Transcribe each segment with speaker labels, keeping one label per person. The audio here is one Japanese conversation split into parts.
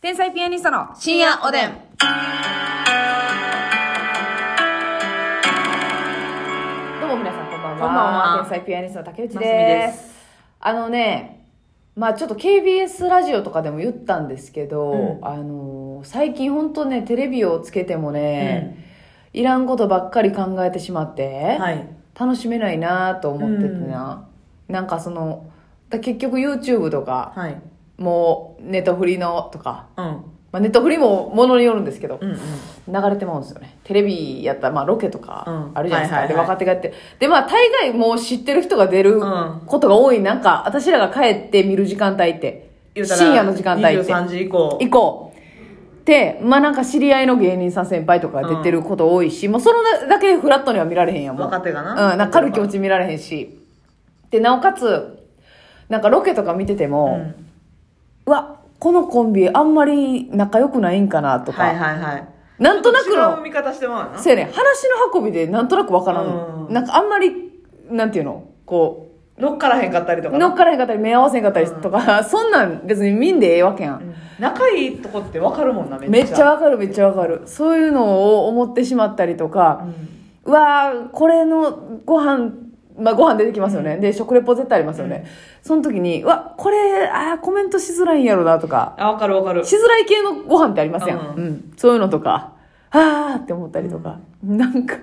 Speaker 1: 天才ピアニストの深夜おでん。どうも皆さんこんばんは。
Speaker 2: こんばんは
Speaker 1: 天才ピアニストの竹内
Speaker 2: ますみで
Speaker 1: です。
Speaker 2: す。
Speaker 1: あのね、まあちょっと KBS ラジオとかでも言ったんですけど、
Speaker 2: うん
Speaker 1: あのー、最近本当ね、テレビをつけてもね、いらんことばっかり考えてしまって、
Speaker 2: はい。
Speaker 1: 楽しめないなと思っててな、なんかその、だ結局 YouTube とか、
Speaker 2: はい。
Speaker 1: もうネットフリのとか、
Speaker 2: うん。
Speaker 1: まあ、ネットフリもものによるんですけど、
Speaker 2: うんうん。
Speaker 1: 流れてまうんですよね。テレビやったら、まあロケとか
Speaker 2: うん
Speaker 1: あるじゃないですか。
Speaker 2: はいはい
Speaker 1: で、
Speaker 2: はい
Speaker 1: 若手がやって。で、まあ大概もう知ってる人が出る
Speaker 2: ん
Speaker 1: ことが多い。なんか、私らが帰って見る時間帯って、深夜の時間帯って、
Speaker 2: 23時以降。
Speaker 1: 以降。で、まあなんか知り合いの芸人さん先輩とかが出てること多いし、もうそれだけフラットには見られへんやんもう
Speaker 2: 若手がな
Speaker 1: うん、なんか軽い気持ち見られへんし。で、なおかつ、なんかロケとか見てて
Speaker 2: う
Speaker 1: も、
Speaker 2: ん
Speaker 1: うわ、このコンビあんまり仲良くないんかなとか、
Speaker 2: はいはいはい。
Speaker 1: なんとなく
Speaker 2: 違う
Speaker 1: の、
Speaker 2: 見方してもらうな。
Speaker 1: そうやね、話の運びでなんとなくわからん。
Speaker 2: うん
Speaker 1: なんかあんまり、なんていうのこ
Speaker 2: 乗っからへんかったりと
Speaker 1: う、
Speaker 2: か
Speaker 1: 乗
Speaker 2: な。
Speaker 1: っからへんかったり、目合わせへんかったりとか、そんなん別に見んでええわけやん。
Speaker 2: うん仲いいとこってわかるもんな、めっちゃ。
Speaker 1: めっちゃわかる、めっちゃわかる。そういうのを思ってしまったりと
Speaker 2: う
Speaker 1: か、
Speaker 2: ん。
Speaker 1: うわー、これのご飯、まあ、ご飯出てきますよね。で、食レポ絶対ありますよね。その時に、うわ、これ、あーコメントしづらいんやろなとか。
Speaker 2: あ、わかるわかる。
Speaker 1: しづらい系のご飯ってありますやん。う。
Speaker 2: うん
Speaker 1: そういうのとか、あーって思ったりとか、なんか、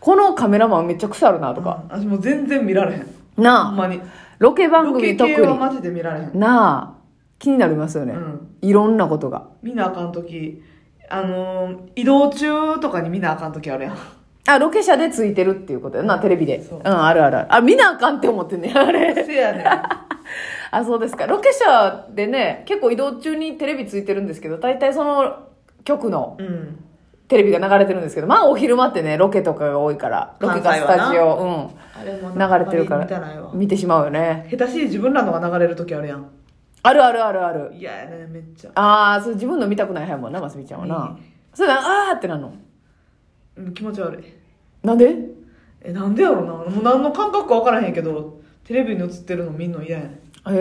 Speaker 1: このカメラマンめっちゃ癖あるなとか。
Speaker 2: 私もう全然見られへん。ほん
Speaker 1: なあ、
Speaker 2: まに。
Speaker 1: ロケ番
Speaker 2: ロケ
Speaker 1: 組特
Speaker 2: 系は
Speaker 1: に。
Speaker 2: マジで見られへん。
Speaker 1: なあ、気になりますよね。
Speaker 2: うん
Speaker 1: いろんなことが。
Speaker 2: 見なあかんとき、あのー、移動中とかに見なあかんときあ るやん。
Speaker 1: あ、ロケ車でついてるっていうことやな、テレビで。う、
Speaker 2: そうん
Speaker 1: あるあるある。あ、見なあかんって思ってんね、 あれ。
Speaker 2: せやねん。
Speaker 1: あ、そうですか。ロケ車でね、結構移動中にテレビついてるんですけど、大体その局の
Speaker 2: うん。
Speaker 1: テレビが流れてるんですけど、まあお昼間ってね、ロケとかが多いから、ロケか
Speaker 2: 関
Speaker 1: ス
Speaker 2: 西はな
Speaker 1: タジオ、うん。
Speaker 2: あれも
Speaker 1: 流れてるか
Speaker 2: あんまり見たない
Speaker 1: ら
Speaker 2: わ。
Speaker 1: 見てしまうよね
Speaker 2: 下手しい自分らのが流れるときあるやん。
Speaker 1: あるあるあるある
Speaker 2: 嫌やね、めっちゃ。
Speaker 1: ああそれ自分の見たくない早いもんなますみちゃんはなそれなあーってなるの
Speaker 2: うん気持ち悪い
Speaker 1: なんで
Speaker 2: えなんでやろなもう何の感覚か分からへんけどテレビに映ってるの見んの嫌やねん
Speaker 1: へ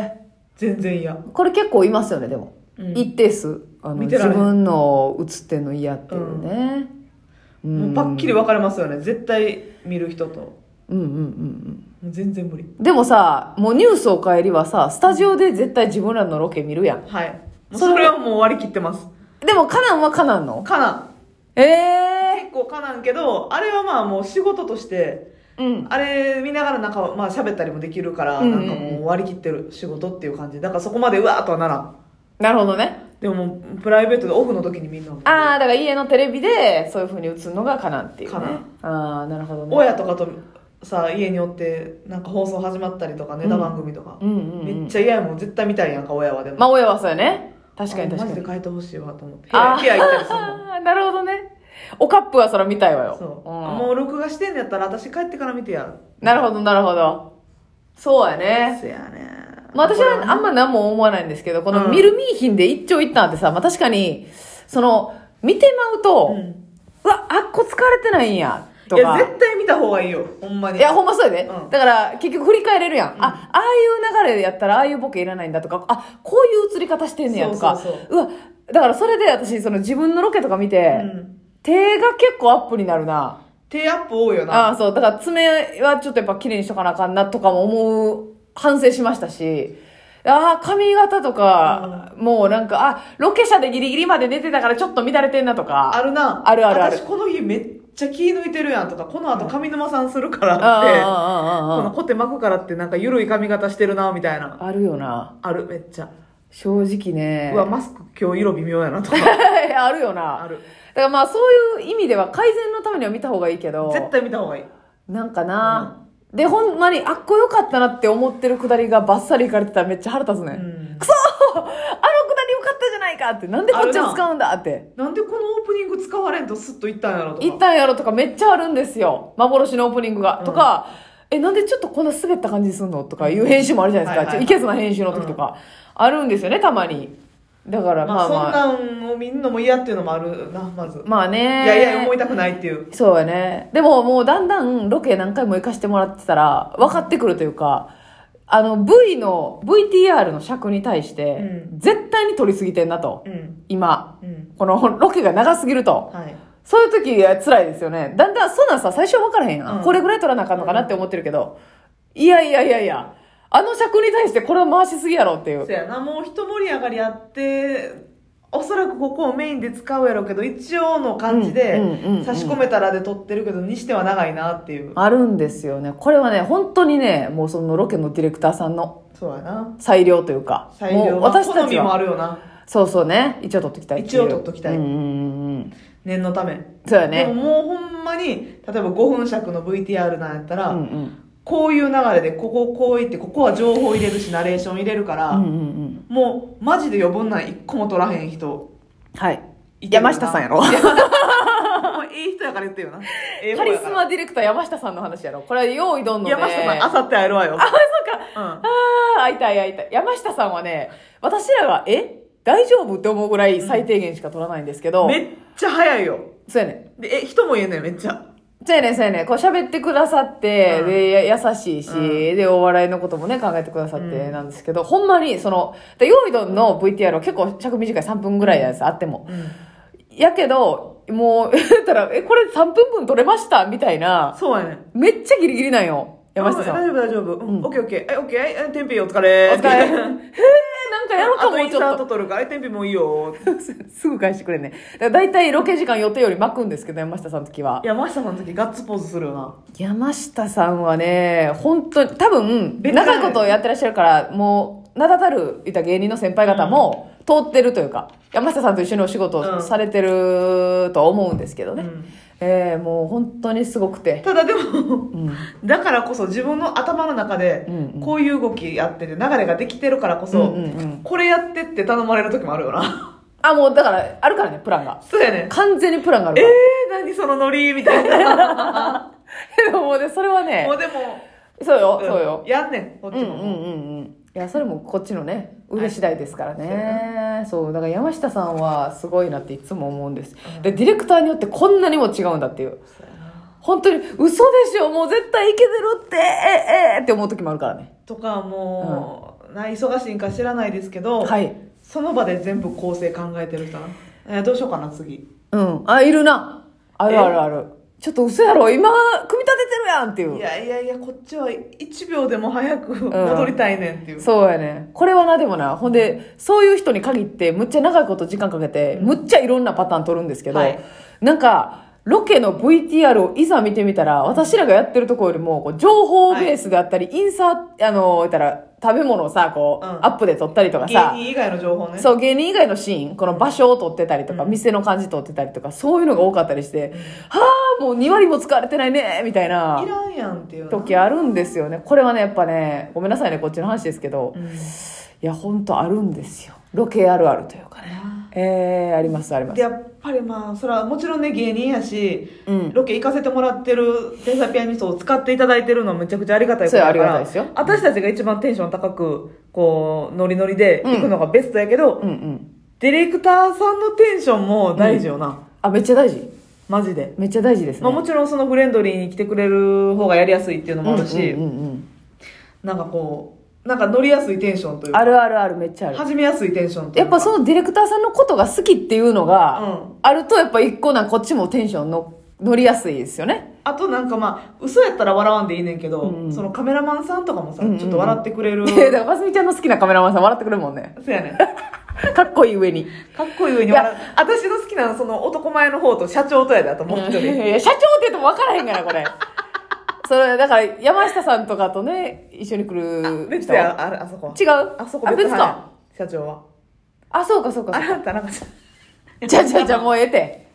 Speaker 1: え
Speaker 2: 全然嫌
Speaker 1: これ結構いますよねでも、
Speaker 2: うん
Speaker 1: 一定数あの
Speaker 2: 見てら
Speaker 1: 自
Speaker 2: れへん
Speaker 1: 分の映ってんの嫌っていうね、うん、
Speaker 2: もうパッキリ分かれますよね絶対見る人とも
Speaker 1: うんうんうんうん
Speaker 2: う全然無理
Speaker 1: でもさもうニュースを変えりはさスタジオで絶対自分らのロケ見るやん
Speaker 2: はいもう
Speaker 1: それ
Speaker 2: それはもう割り切ってます
Speaker 1: でもカナンはカナンの
Speaker 2: かな
Speaker 1: ええ
Speaker 2: 結構かなんけどあれはまあもう仕事として
Speaker 1: うん
Speaker 2: あれ見ながらなんかまあ喋ったりもできるから
Speaker 1: うん
Speaker 2: な
Speaker 1: うん
Speaker 2: んかもう割り切ってる仕事っていう感じだからそこまでうわーっとはならん
Speaker 1: なるほどね
Speaker 2: でももうプライベートでオフの時にみんなも
Speaker 1: ああだから家のテレビでそういうふうに映るのがかなっていうね
Speaker 2: か
Speaker 1: ああなるほどね
Speaker 2: 親とかとさ家におってなんか放送始まったりとかネタ番組とか、
Speaker 1: うんうん、うん、
Speaker 2: めっちゃ嫌やもん絶対見たいやんか親はでも、
Speaker 1: まあ親はそうやね確かに
Speaker 2: あ
Speaker 1: 確
Speaker 2: マ
Speaker 1: か
Speaker 2: ジ
Speaker 1: に
Speaker 2: で変えてほしいわと思って部
Speaker 1: あ
Speaker 2: 屋
Speaker 1: ー
Speaker 2: 部屋行ったりするもん
Speaker 1: あーなるほどねおカップはそら見たいわよ
Speaker 2: そう、
Speaker 1: ん
Speaker 2: もう録画してんのやったら私帰ってから見てやる
Speaker 1: なるほどなるほどそうやね
Speaker 2: せやね
Speaker 1: まあ私はあんま何も思わないんですけどこの
Speaker 2: うん
Speaker 1: 見る見いひんで一長一短ってさ、まあ確かにその見てまうと、
Speaker 2: う
Speaker 1: うんわあっこ疲れてないんやと
Speaker 2: い
Speaker 1: か
Speaker 2: や絶対見た方がいいよほんまに
Speaker 1: いや、ほんまそうやで。
Speaker 2: うん
Speaker 1: だから、結局振り返れるやん。あ、ああいう流れでやったら、ああいうボケいらないんだとか、あ、こういう映り方してんねやとか。
Speaker 2: そうそ
Speaker 1: う
Speaker 2: う
Speaker 1: わ、だからそれで私、その自分のロケとか見て、
Speaker 2: うん
Speaker 1: 手が結構アップになるな。
Speaker 2: 手アップ多いよ
Speaker 1: あ
Speaker 2: な
Speaker 1: あ、そう。だから爪はちょっとやっぱ綺麗にしとかなあかんなとかも思う、反省しましたし、ああ、髪型とか、もうなんか、あ、ロケ車でギリギリまで寝てたからちょっと乱れてんなとか。
Speaker 2: あるな
Speaker 1: あるあるある
Speaker 2: 私この日めっちゃ気抜いてるやんとかこの後上沼さんするか
Speaker 1: う
Speaker 2: ら
Speaker 1: んうん
Speaker 2: って
Speaker 1: うん
Speaker 2: こ
Speaker 1: うんう
Speaker 2: の
Speaker 1: ん
Speaker 2: コテ巻くからってなんか緩い髪型してるなみたいな
Speaker 1: あるよな。
Speaker 2: あるめっちゃ
Speaker 1: 正直ね。
Speaker 2: うわマスク今日色微妙やなとか
Speaker 1: いや あるよな。
Speaker 2: ある
Speaker 1: だからまあそういう意味では改善のためには見た方がいいけど。
Speaker 2: 絶対見た方がいい
Speaker 1: なんかな、で、ほんまにあっこよかったなって思ってるくだりがバッサリいかれてたらめっちゃ腹立つね。
Speaker 2: うん
Speaker 1: くそーあのくだりよかったじゃないかって。なんでこっちを使うんだって。
Speaker 2: なんでこのオープニング使われんとスッといったんやろとか
Speaker 1: 一旦やろとかめっちゃあるんですよ。幻のオープニングが。
Speaker 2: うん
Speaker 1: とか、え、なんでちょっとこんな滑った感じすんのとかいう編集もあるじゃないですか。
Speaker 2: はいは
Speaker 1: ちょ
Speaker 2: いはい
Speaker 1: っといけずな編集の時とか。あるんですよね、たまに。だからま
Speaker 2: ま
Speaker 1: あ
Speaker 2: あ、
Speaker 1: まあ。
Speaker 2: そんなんを見んのも嫌っていうのもあるなまず、
Speaker 1: まあね。
Speaker 2: いやいや思いたくないっていう
Speaker 1: そうやね。でももうだんだんロケ何回も行かしてもらってたら、分かってくるというか、あの、V の、VTR の尺に対して
Speaker 2: う、
Speaker 1: 絶対に撮りすぎてんなと。
Speaker 2: うん
Speaker 1: 今。
Speaker 2: うん
Speaker 1: この、ロケが長すぎると。
Speaker 2: はい
Speaker 1: そういう時、辛いですよね。だんだん、そんなんさ、最初分からへんやん。
Speaker 2: うん
Speaker 1: これぐらい撮らなあかんのかなって思ってるけど。いやいやいやいや。あの尺に対してこれは回しすぎやろっていう
Speaker 2: そ。やなもう一盛り上がりあっておそらくここをメインで使うやろうけど一応の感じ
Speaker 1: う
Speaker 2: で
Speaker 1: んうんうんうん
Speaker 2: 差し込めたらで撮ってるけどにしては長いなっていう
Speaker 1: あるんですよね。これはね、本当にね、もうそのロケのディレクターさんの
Speaker 2: そうやな
Speaker 1: 裁量というか。
Speaker 2: 裁量
Speaker 1: もう
Speaker 2: まあ
Speaker 1: 私た
Speaker 2: 好
Speaker 1: ち
Speaker 2: みもあ
Speaker 1: は。
Speaker 2: るよな
Speaker 1: そうそうね。一応撮っときたいていう
Speaker 2: 一応撮っときたい
Speaker 1: うんうんうんうん。
Speaker 2: 念のため
Speaker 1: そうや
Speaker 2: でも
Speaker 1: ね。
Speaker 2: もうほんまに例えば5分尺の VTR なんやった
Speaker 1: う
Speaker 2: ら、
Speaker 1: んうん。
Speaker 2: こういう流れでこここういってここは情報入れるしナレーション入れるから、
Speaker 1: うんうんうん。
Speaker 2: もうマジで余分なん一個も取らへ ん人
Speaker 1: はい。
Speaker 2: いてるな
Speaker 1: 山下さんやろ
Speaker 2: いもうええ人やから言ってよなえ え
Speaker 1: カ
Speaker 2: 方
Speaker 1: リ
Speaker 2: や
Speaker 1: ス
Speaker 2: から
Speaker 1: マディレクター山下さんの話やろ。これは用意どんのね。
Speaker 2: 山下さんあさって会えるわよあそうか、
Speaker 1: あー会いたい会いたい。山下さんはね、私らが、え大丈夫って思うぐらい最低限しか取らないんですけ
Speaker 2: う
Speaker 1: ど。
Speaker 2: ん、めっちゃ早いよ
Speaker 1: そうやね。
Speaker 2: でえ人も言えんのよめっちゃ
Speaker 1: そうやねんそうやねんこう喋ってくださって、
Speaker 2: うん
Speaker 1: で、や優しいし、
Speaker 2: う
Speaker 1: で、お笑いのこともね、考えてくださって
Speaker 2: うん
Speaker 1: なんですけど、ほんまに、その、で、ヨイドンの VTR は結構尺短い3分ぐらいやつ、あっても。やけど、もう、 言ったら、え、これ3分分撮れましたみたいな、
Speaker 2: そうやね
Speaker 1: めっちゃギリギリなんよ、山下さん。
Speaker 2: あ
Speaker 1: え
Speaker 2: 大丈夫大丈夫、うん
Speaker 1: うん
Speaker 2: オッケーオッケーえオッケーえ天平お疲れ
Speaker 1: お疲れ
Speaker 2: って
Speaker 1: ー、なんかやろうか
Speaker 2: あと
Speaker 1: も
Speaker 2: イ
Speaker 1: う
Speaker 2: ン
Speaker 1: ち
Speaker 2: サ
Speaker 1: ょ
Speaker 2: ー
Speaker 1: っ
Speaker 2: ト
Speaker 1: と。
Speaker 2: 取るからえ天平もういいよ
Speaker 1: すぐ返してくれんね。だいたいロケ時間予定より巻くんですけど、山下さんの時は。
Speaker 2: 山下さんの時ガッツポーズするよな
Speaker 1: 山下さんはね、本当に、多分、
Speaker 2: ベテラン
Speaker 1: 長いことやってらっしゃるから、もう、名だたる、いた芸人の先輩方も、通ってるというか、山下さんと一緒にお仕事
Speaker 2: う
Speaker 1: を
Speaker 2: ん
Speaker 1: されてるとは思うんですけどね。
Speaker 2: うん
Speaker 1: えーもう本当にすごくて。
Speaker 2: ただでも、
Speaker 1: ん
Speaker 2: だからこそ自分の頭の中で
Speaker 1: うんうん
Speaker 2: こういう動きやってて流れができてるからこそ、
Speaker 1: うんうんうん
Speaker 2: これやってって頼まれる時もある よな
Speaker 1: あ、もうだから、あるからね、プランが。
Speaker 2: そうやね
Speaker 1: 完全にプランがある
Speaker 2: え
Speaker 1: か
Speaker 2: ー、何そのノリみたいな
Speaker 1: ら。でももうね、それはね
Speaker 2: もう、でも、
Speaker 1: そうよ、
Speaker 2: ん
Speaker 1: そうよ。
Speaker 2: やんねんこっ
Speaker 1: う
Speaker 2: ち
Speaker 1: んう
Speaker 2: も、
Speaker 1: んうんうん。いや、それもこっちのね、腕次第ですからね。そう、だから山下さんはすごいなっていつも思うんです。で、ディレクターによってこんなにも違うんだっていう。本当に、嘘でしょもう絶対いけてるって、えええって思う時もあるからね。
Speaker 2: とかもう、な忙しいんか知らないですけど、
Speaker 1: はい。
Speaker 2: その場で全部構成考えてる人な、えーどうしようかな次
Speaker 1: うん。あ、いるな。あるあるある。ちょっと嘘やろ今、組み立ててるやんって
Speaker 2: い
Speaker 1: いう。
Speaker 2: やいやいやこっちは1秒でも早く戻りたいねんっていう、
Speaker 1: そうやね。これはな、でもな。ほんで、そういう人に限って、むっちゃ長いこと時間かけて、むっちゃいろんなパターン取るんですけど、
Speaker 2: はい
Speaker 1: なんか、ロケの VTR をいざ見てみたら、私らがやってるところよりも、こう情報ベースであったり、インサート、あの、言ったら、食べ物をさ、こう、
Speaker 2: うん
Speaker 1: アップで撮ったりとか
Speaker 2: 芸
Speaker 1: さ、
Speaker 2: 人以外の情報ね
Speaker 1: そう、芸人以外のシーン、この場所を撮ってたりとか、店の感じ撮ってたりとか、そういうのが多かったりして、はあ、もう2割も使われてないね、みたいない
Speaker 2: らんやんっていうな
Speaker 1: 時あるんですよね。これはね、やっぱね、ごめんなさいね、こっちの話ですけど
Speaker 2: う、ん
Speaker 1: いや、ほんとあるんですよ。ロケあるあるというかね。えー、あります、あります
Speaker 2: で。やっぱりまあそれはもちろんね芸人やし、
Speaker 1: うん
Speaker 2: ロケ行かせてもらってる天才ピアニストを使っていただいてるのはめちゃくちゃありがたいことだか
Speaker 1: そうありがた
Speaker 2: ら
Speaker 1: いですよ
Speaker 2: 私たちが一番テンション高くこうノリノリで
Speaker 1: うん
Speaker 2: 行くのがベストやけど、
Speaker 1: うんうん。
Speaker 2: ディレクターさんのテンションも大事よな、
Speaker 1: あ、めっちゃ大事。
Speaker 2: マジで、
Speaker 1: めっちゃ大事ですね。
Speaker 2: まあ、もちろんそのフレンドリーに来てくれる方がやりやすいっていうのもあるし、
Speaker 1: うんうんうん
Speaker 2: なんかこうなんか乗りやすいテンションという
Speaker 1: あ
Speaker 2: か
Speaker 1: るあるある、めっちゃある。
Speaker 2: 始めやすいテンションとい
Speaker 1: や
Speaker 2: う
Speaker 1: っ
Speaker 2: か
Speaker 1: ぱそのディレクターさんのことが好きっていうのが
Speaker 2: うん、
Speaker 1: あると、やっぱ一個なんかこっちもテンションの乗りやすいですよね。
Speaker 2: あとなんかまあ、嘘やったら笑わんでいいねんけど、
Speaker 1: うん
Speaker 2: そのカメラマンさんとかもさ、
Speaker 1: うんうん
Speaker 2: ちょっと笑ってく れる。
Speaker 1: いや、だから、ますみちゃんの好きなカメラマンさん笑ってくれるもんね。
Speaker 2: そうやねん。
Speaker 1: かっこいい 上に。
Speaker 2: かっこいい上に笑う。私の好きなその男前の方と社長とやで、あともう一人。
Speaker 1: いや社長って言っても分からへんから、これ。それ、だから、山下さんとかとね、一緒に来 る
Speaker 2: 別
Speaker 1: 人。違う
Speaker 2: や、あれ、あそこは。
Speaker 1: あ
Speaker 2: あそこ
Speaker 1: 別か。
Speaker 2: はい社長は。
Speaker 1: あ、そうか、そうか
Speaker 2: あ
Speaker 1: そう
Speaker 2: れ
Speaker 1: か。
Speaker 2: だったらなんか、
Speaker 1: じゃあじゃあじゃあもうええて。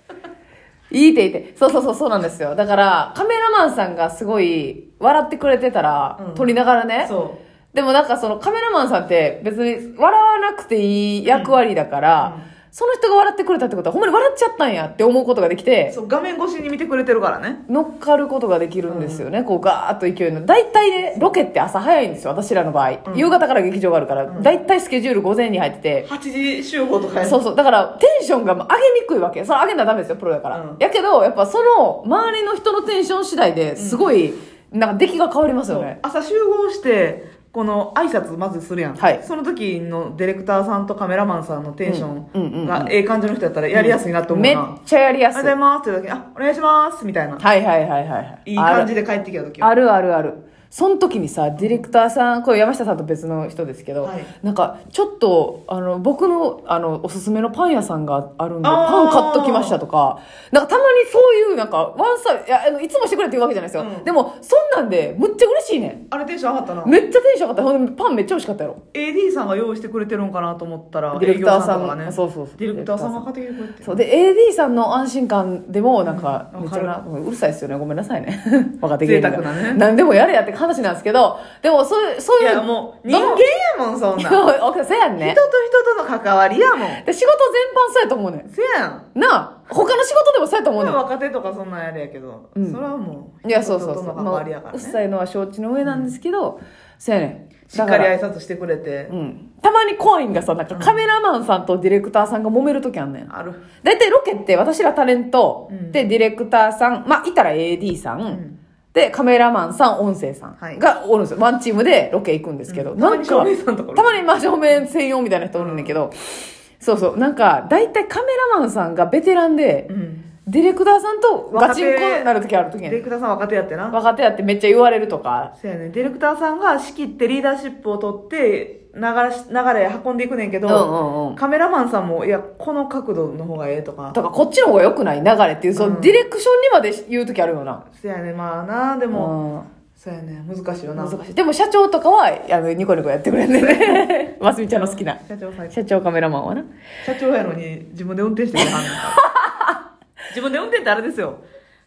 Speaker 1: いいっていいって。そうそうそう、そうなんですよ。だから、カメラマンさんがすごい、笑ってくれてたら、
Speaker 2: うん
Speaker 1: 撮りながらね。
Speaker 2: そ
Speaker 1: でもなんかそのカメラマンさんって別に笑わなくていい役割だから、その人が笑ってくれたってことはほんまに笑っちゃったんやって思うことができて
Speaker 2: う。、そう、画面越しに見てくれてるからね。
Speaker 1: 乗っかることができるんですよね、こうガーッと勢いの大体ねロケって朝早いんですよ私らの場合、夕方から劇場があるから、大体スケジュール午前に入ってて、
Speaker 2: 8時集合とかや
Speaker 1: そうそうだからテンションが上げにくいわけそれ上げなダメですよプロだから、
Speaker 2: うん
Speaker 1: やけどやっぱその周りの人のテンション次第ですごい、なんか出来が変わりますよね、
Speaker 2: 朝集合して、この挨拶まずするやん、
Speaker 1: はい
Speaker 2: その時のディレクターさんとカメラマンさんのテンシ
Speaker 1: うんうんうんう
Speaker 2: ョン
Speaker 1: ん
Speaker 2: がええ感じの人やったらやりやすいなと思うな、
Speaker 1: めっちゃやりや
Speaker 2: おは
Speaker 1: すい
Speaker 2: ようございますってだけあ、お願いしますみたいな。
Speaker 1: はいはいはいはい
Speaker 2: いい感じ
Speaker 1: で
Speaker 2: で帰ってきた時は。
Speaker 1: あるあるあるその時にさディレクターさんこれ山下さんと別の人ですけど、
Speaker 2: はい
Speaker 1: なんかちょっとあの僕のあのおすすめのパン屋さんがあるんで
Speaker 2: あー
Speaker 1: パン買っときましたとかなんかたまにそういうなんかワンサイいやあのいつもしてくれって言うわけじゃないですよ、
Speaker 2: うん
Speaker 1: でもそんなんでむっちゃ嬉しいねん
Speaker 2: あれテンション上がったな。
Speaker 1: めっちゃテンション上がったほんでパンめっちゃ美味しかったやろ
Speaker 2: AD さんが用意してくれてるんかなと思ったら、
Speaker 1: ディレクターさん
Speaker 2: 営業とかね。
Speaker 1: そうそうそう
Speaker 2: ディレクターさんが買ってきてくれて。
Speaker 1: そうで AD さんの安心感でもなんか
Speaker 2: うん
Speaker 1: めっちゃ
Speaker 2: わ
Speaker 1: な
Speaker 2: か
Speaker 1: うるさいですよねごめんなさいね 若手芸人
Speaker 2: 贅沢なね
Speaker 1: 何でもやれやって話なんですけどでもそういうそう
Speaker 2: い
Speaker 1: いう
Speaker 2: や、もう、人
Speaker 1: ど
Speaker 2: 間
Speaker 1: の
Speaker 2: やもん、そんなん。人と
Speaker 1: そうやん ね
Speaker 2: 人との関わりやもん。
Speaker 1: で仕事全般そうやと思うねん
Speaker 2: せやん。
Speaker 1: なあ他の仕事でもそうやと思うねん
Speaker 2: 若手とかそんなんやれやけど、
Speaker 1: うん
Speaker 2: それはもう、
Speaker 1: いやそうそうそう
Speaker 2: 人との関
Speaker 1: ま
Speaker 2: わ
Speaker 1: あ
Speaker 2: りやから
Speaker 1: うっ
Speaker 2: ね。
Speaker 1: さいのは承知の上なんですけど、そうやねん
Speaker 2: しっかり
Speaker 1: だら
Speaker 2: 挨拶してくれて
Speaker 1: う、んたまに怖いんがさなんかカメラマンさんとディレクターさんが揉める時あんねん
Speaker 2: ある。
Speaker 1: 大体ロケって私らタレント、
Speaker 2: うん
Speaker 1: でディレクターさんまあいたら AD さん、
Speaker 2: ん
Speaker 1: でカメラマンさん音声さん
Speaker 2: はい
Speaker 1: がおるんですよ、ワンチームでロケ行くんですけど、
Speaker 2: うん
Speaker 1: なん
Speaker 2: た
Speaker 1: か
Speaker 2: まに照明さんとかおる
Speaker 1: たまに真正面専用みたいな人おるんだけど、そうそうなんか大体カメラマンさんがベテランで、
Speaker 2: うん。
Speaker 1: ディレクターさんとガチンコになる時ある時
Speaker 2: デ
Speaker 1: や
Speaker 2: ィ
Speaker 1: ね
Speaker 2: レクターさん若手やってな。
Speaker 1: 若手やってめっちゃ言われるとか
Speaker 2: そうやね。ディレクターさんが仕切ってリーダーシップを取って、流し、流れ運んでいくねんけど、
Speaker 1: うんうんうん
Speaker 2: カメラマンさんも、いや、この角度の方がええとか。
Speaker 1: とかこっちの方が良くない流れっていうそのディレクションにまで言う時あるよな、
Speaker 2: そうやね、まあな、でも、
Speaker 1: も
Speaker 2: そうやね、難しいよ
Speaker 1: う
Speaker 2: な。
Speaker 1: 難しいでも社長とかはあのニコニコやってくれんねんね ますみちゃんの好きな
Speaker 2: 社長最高
Speaker 1: 社長カメラマンはな
Speaker 2: 社長やのに、自分で運転してくれはんねんから。 自分で運転ってあれですよ。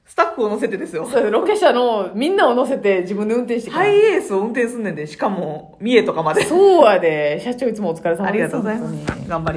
Speaker 2: スタッフを乗せてですよ。
Speaker 1: そうロケ車のみんなを乗せて自分で運転してくれ
Speaker 2: ハイエースを運転すんねんで、しかも、三重とかまで。
Speaker 1: そうやで社長いつもお疲れ様です
Speaker 2: ありがとうございま
Speaker 1: 本当に
Speaker 2: す。頑張ります。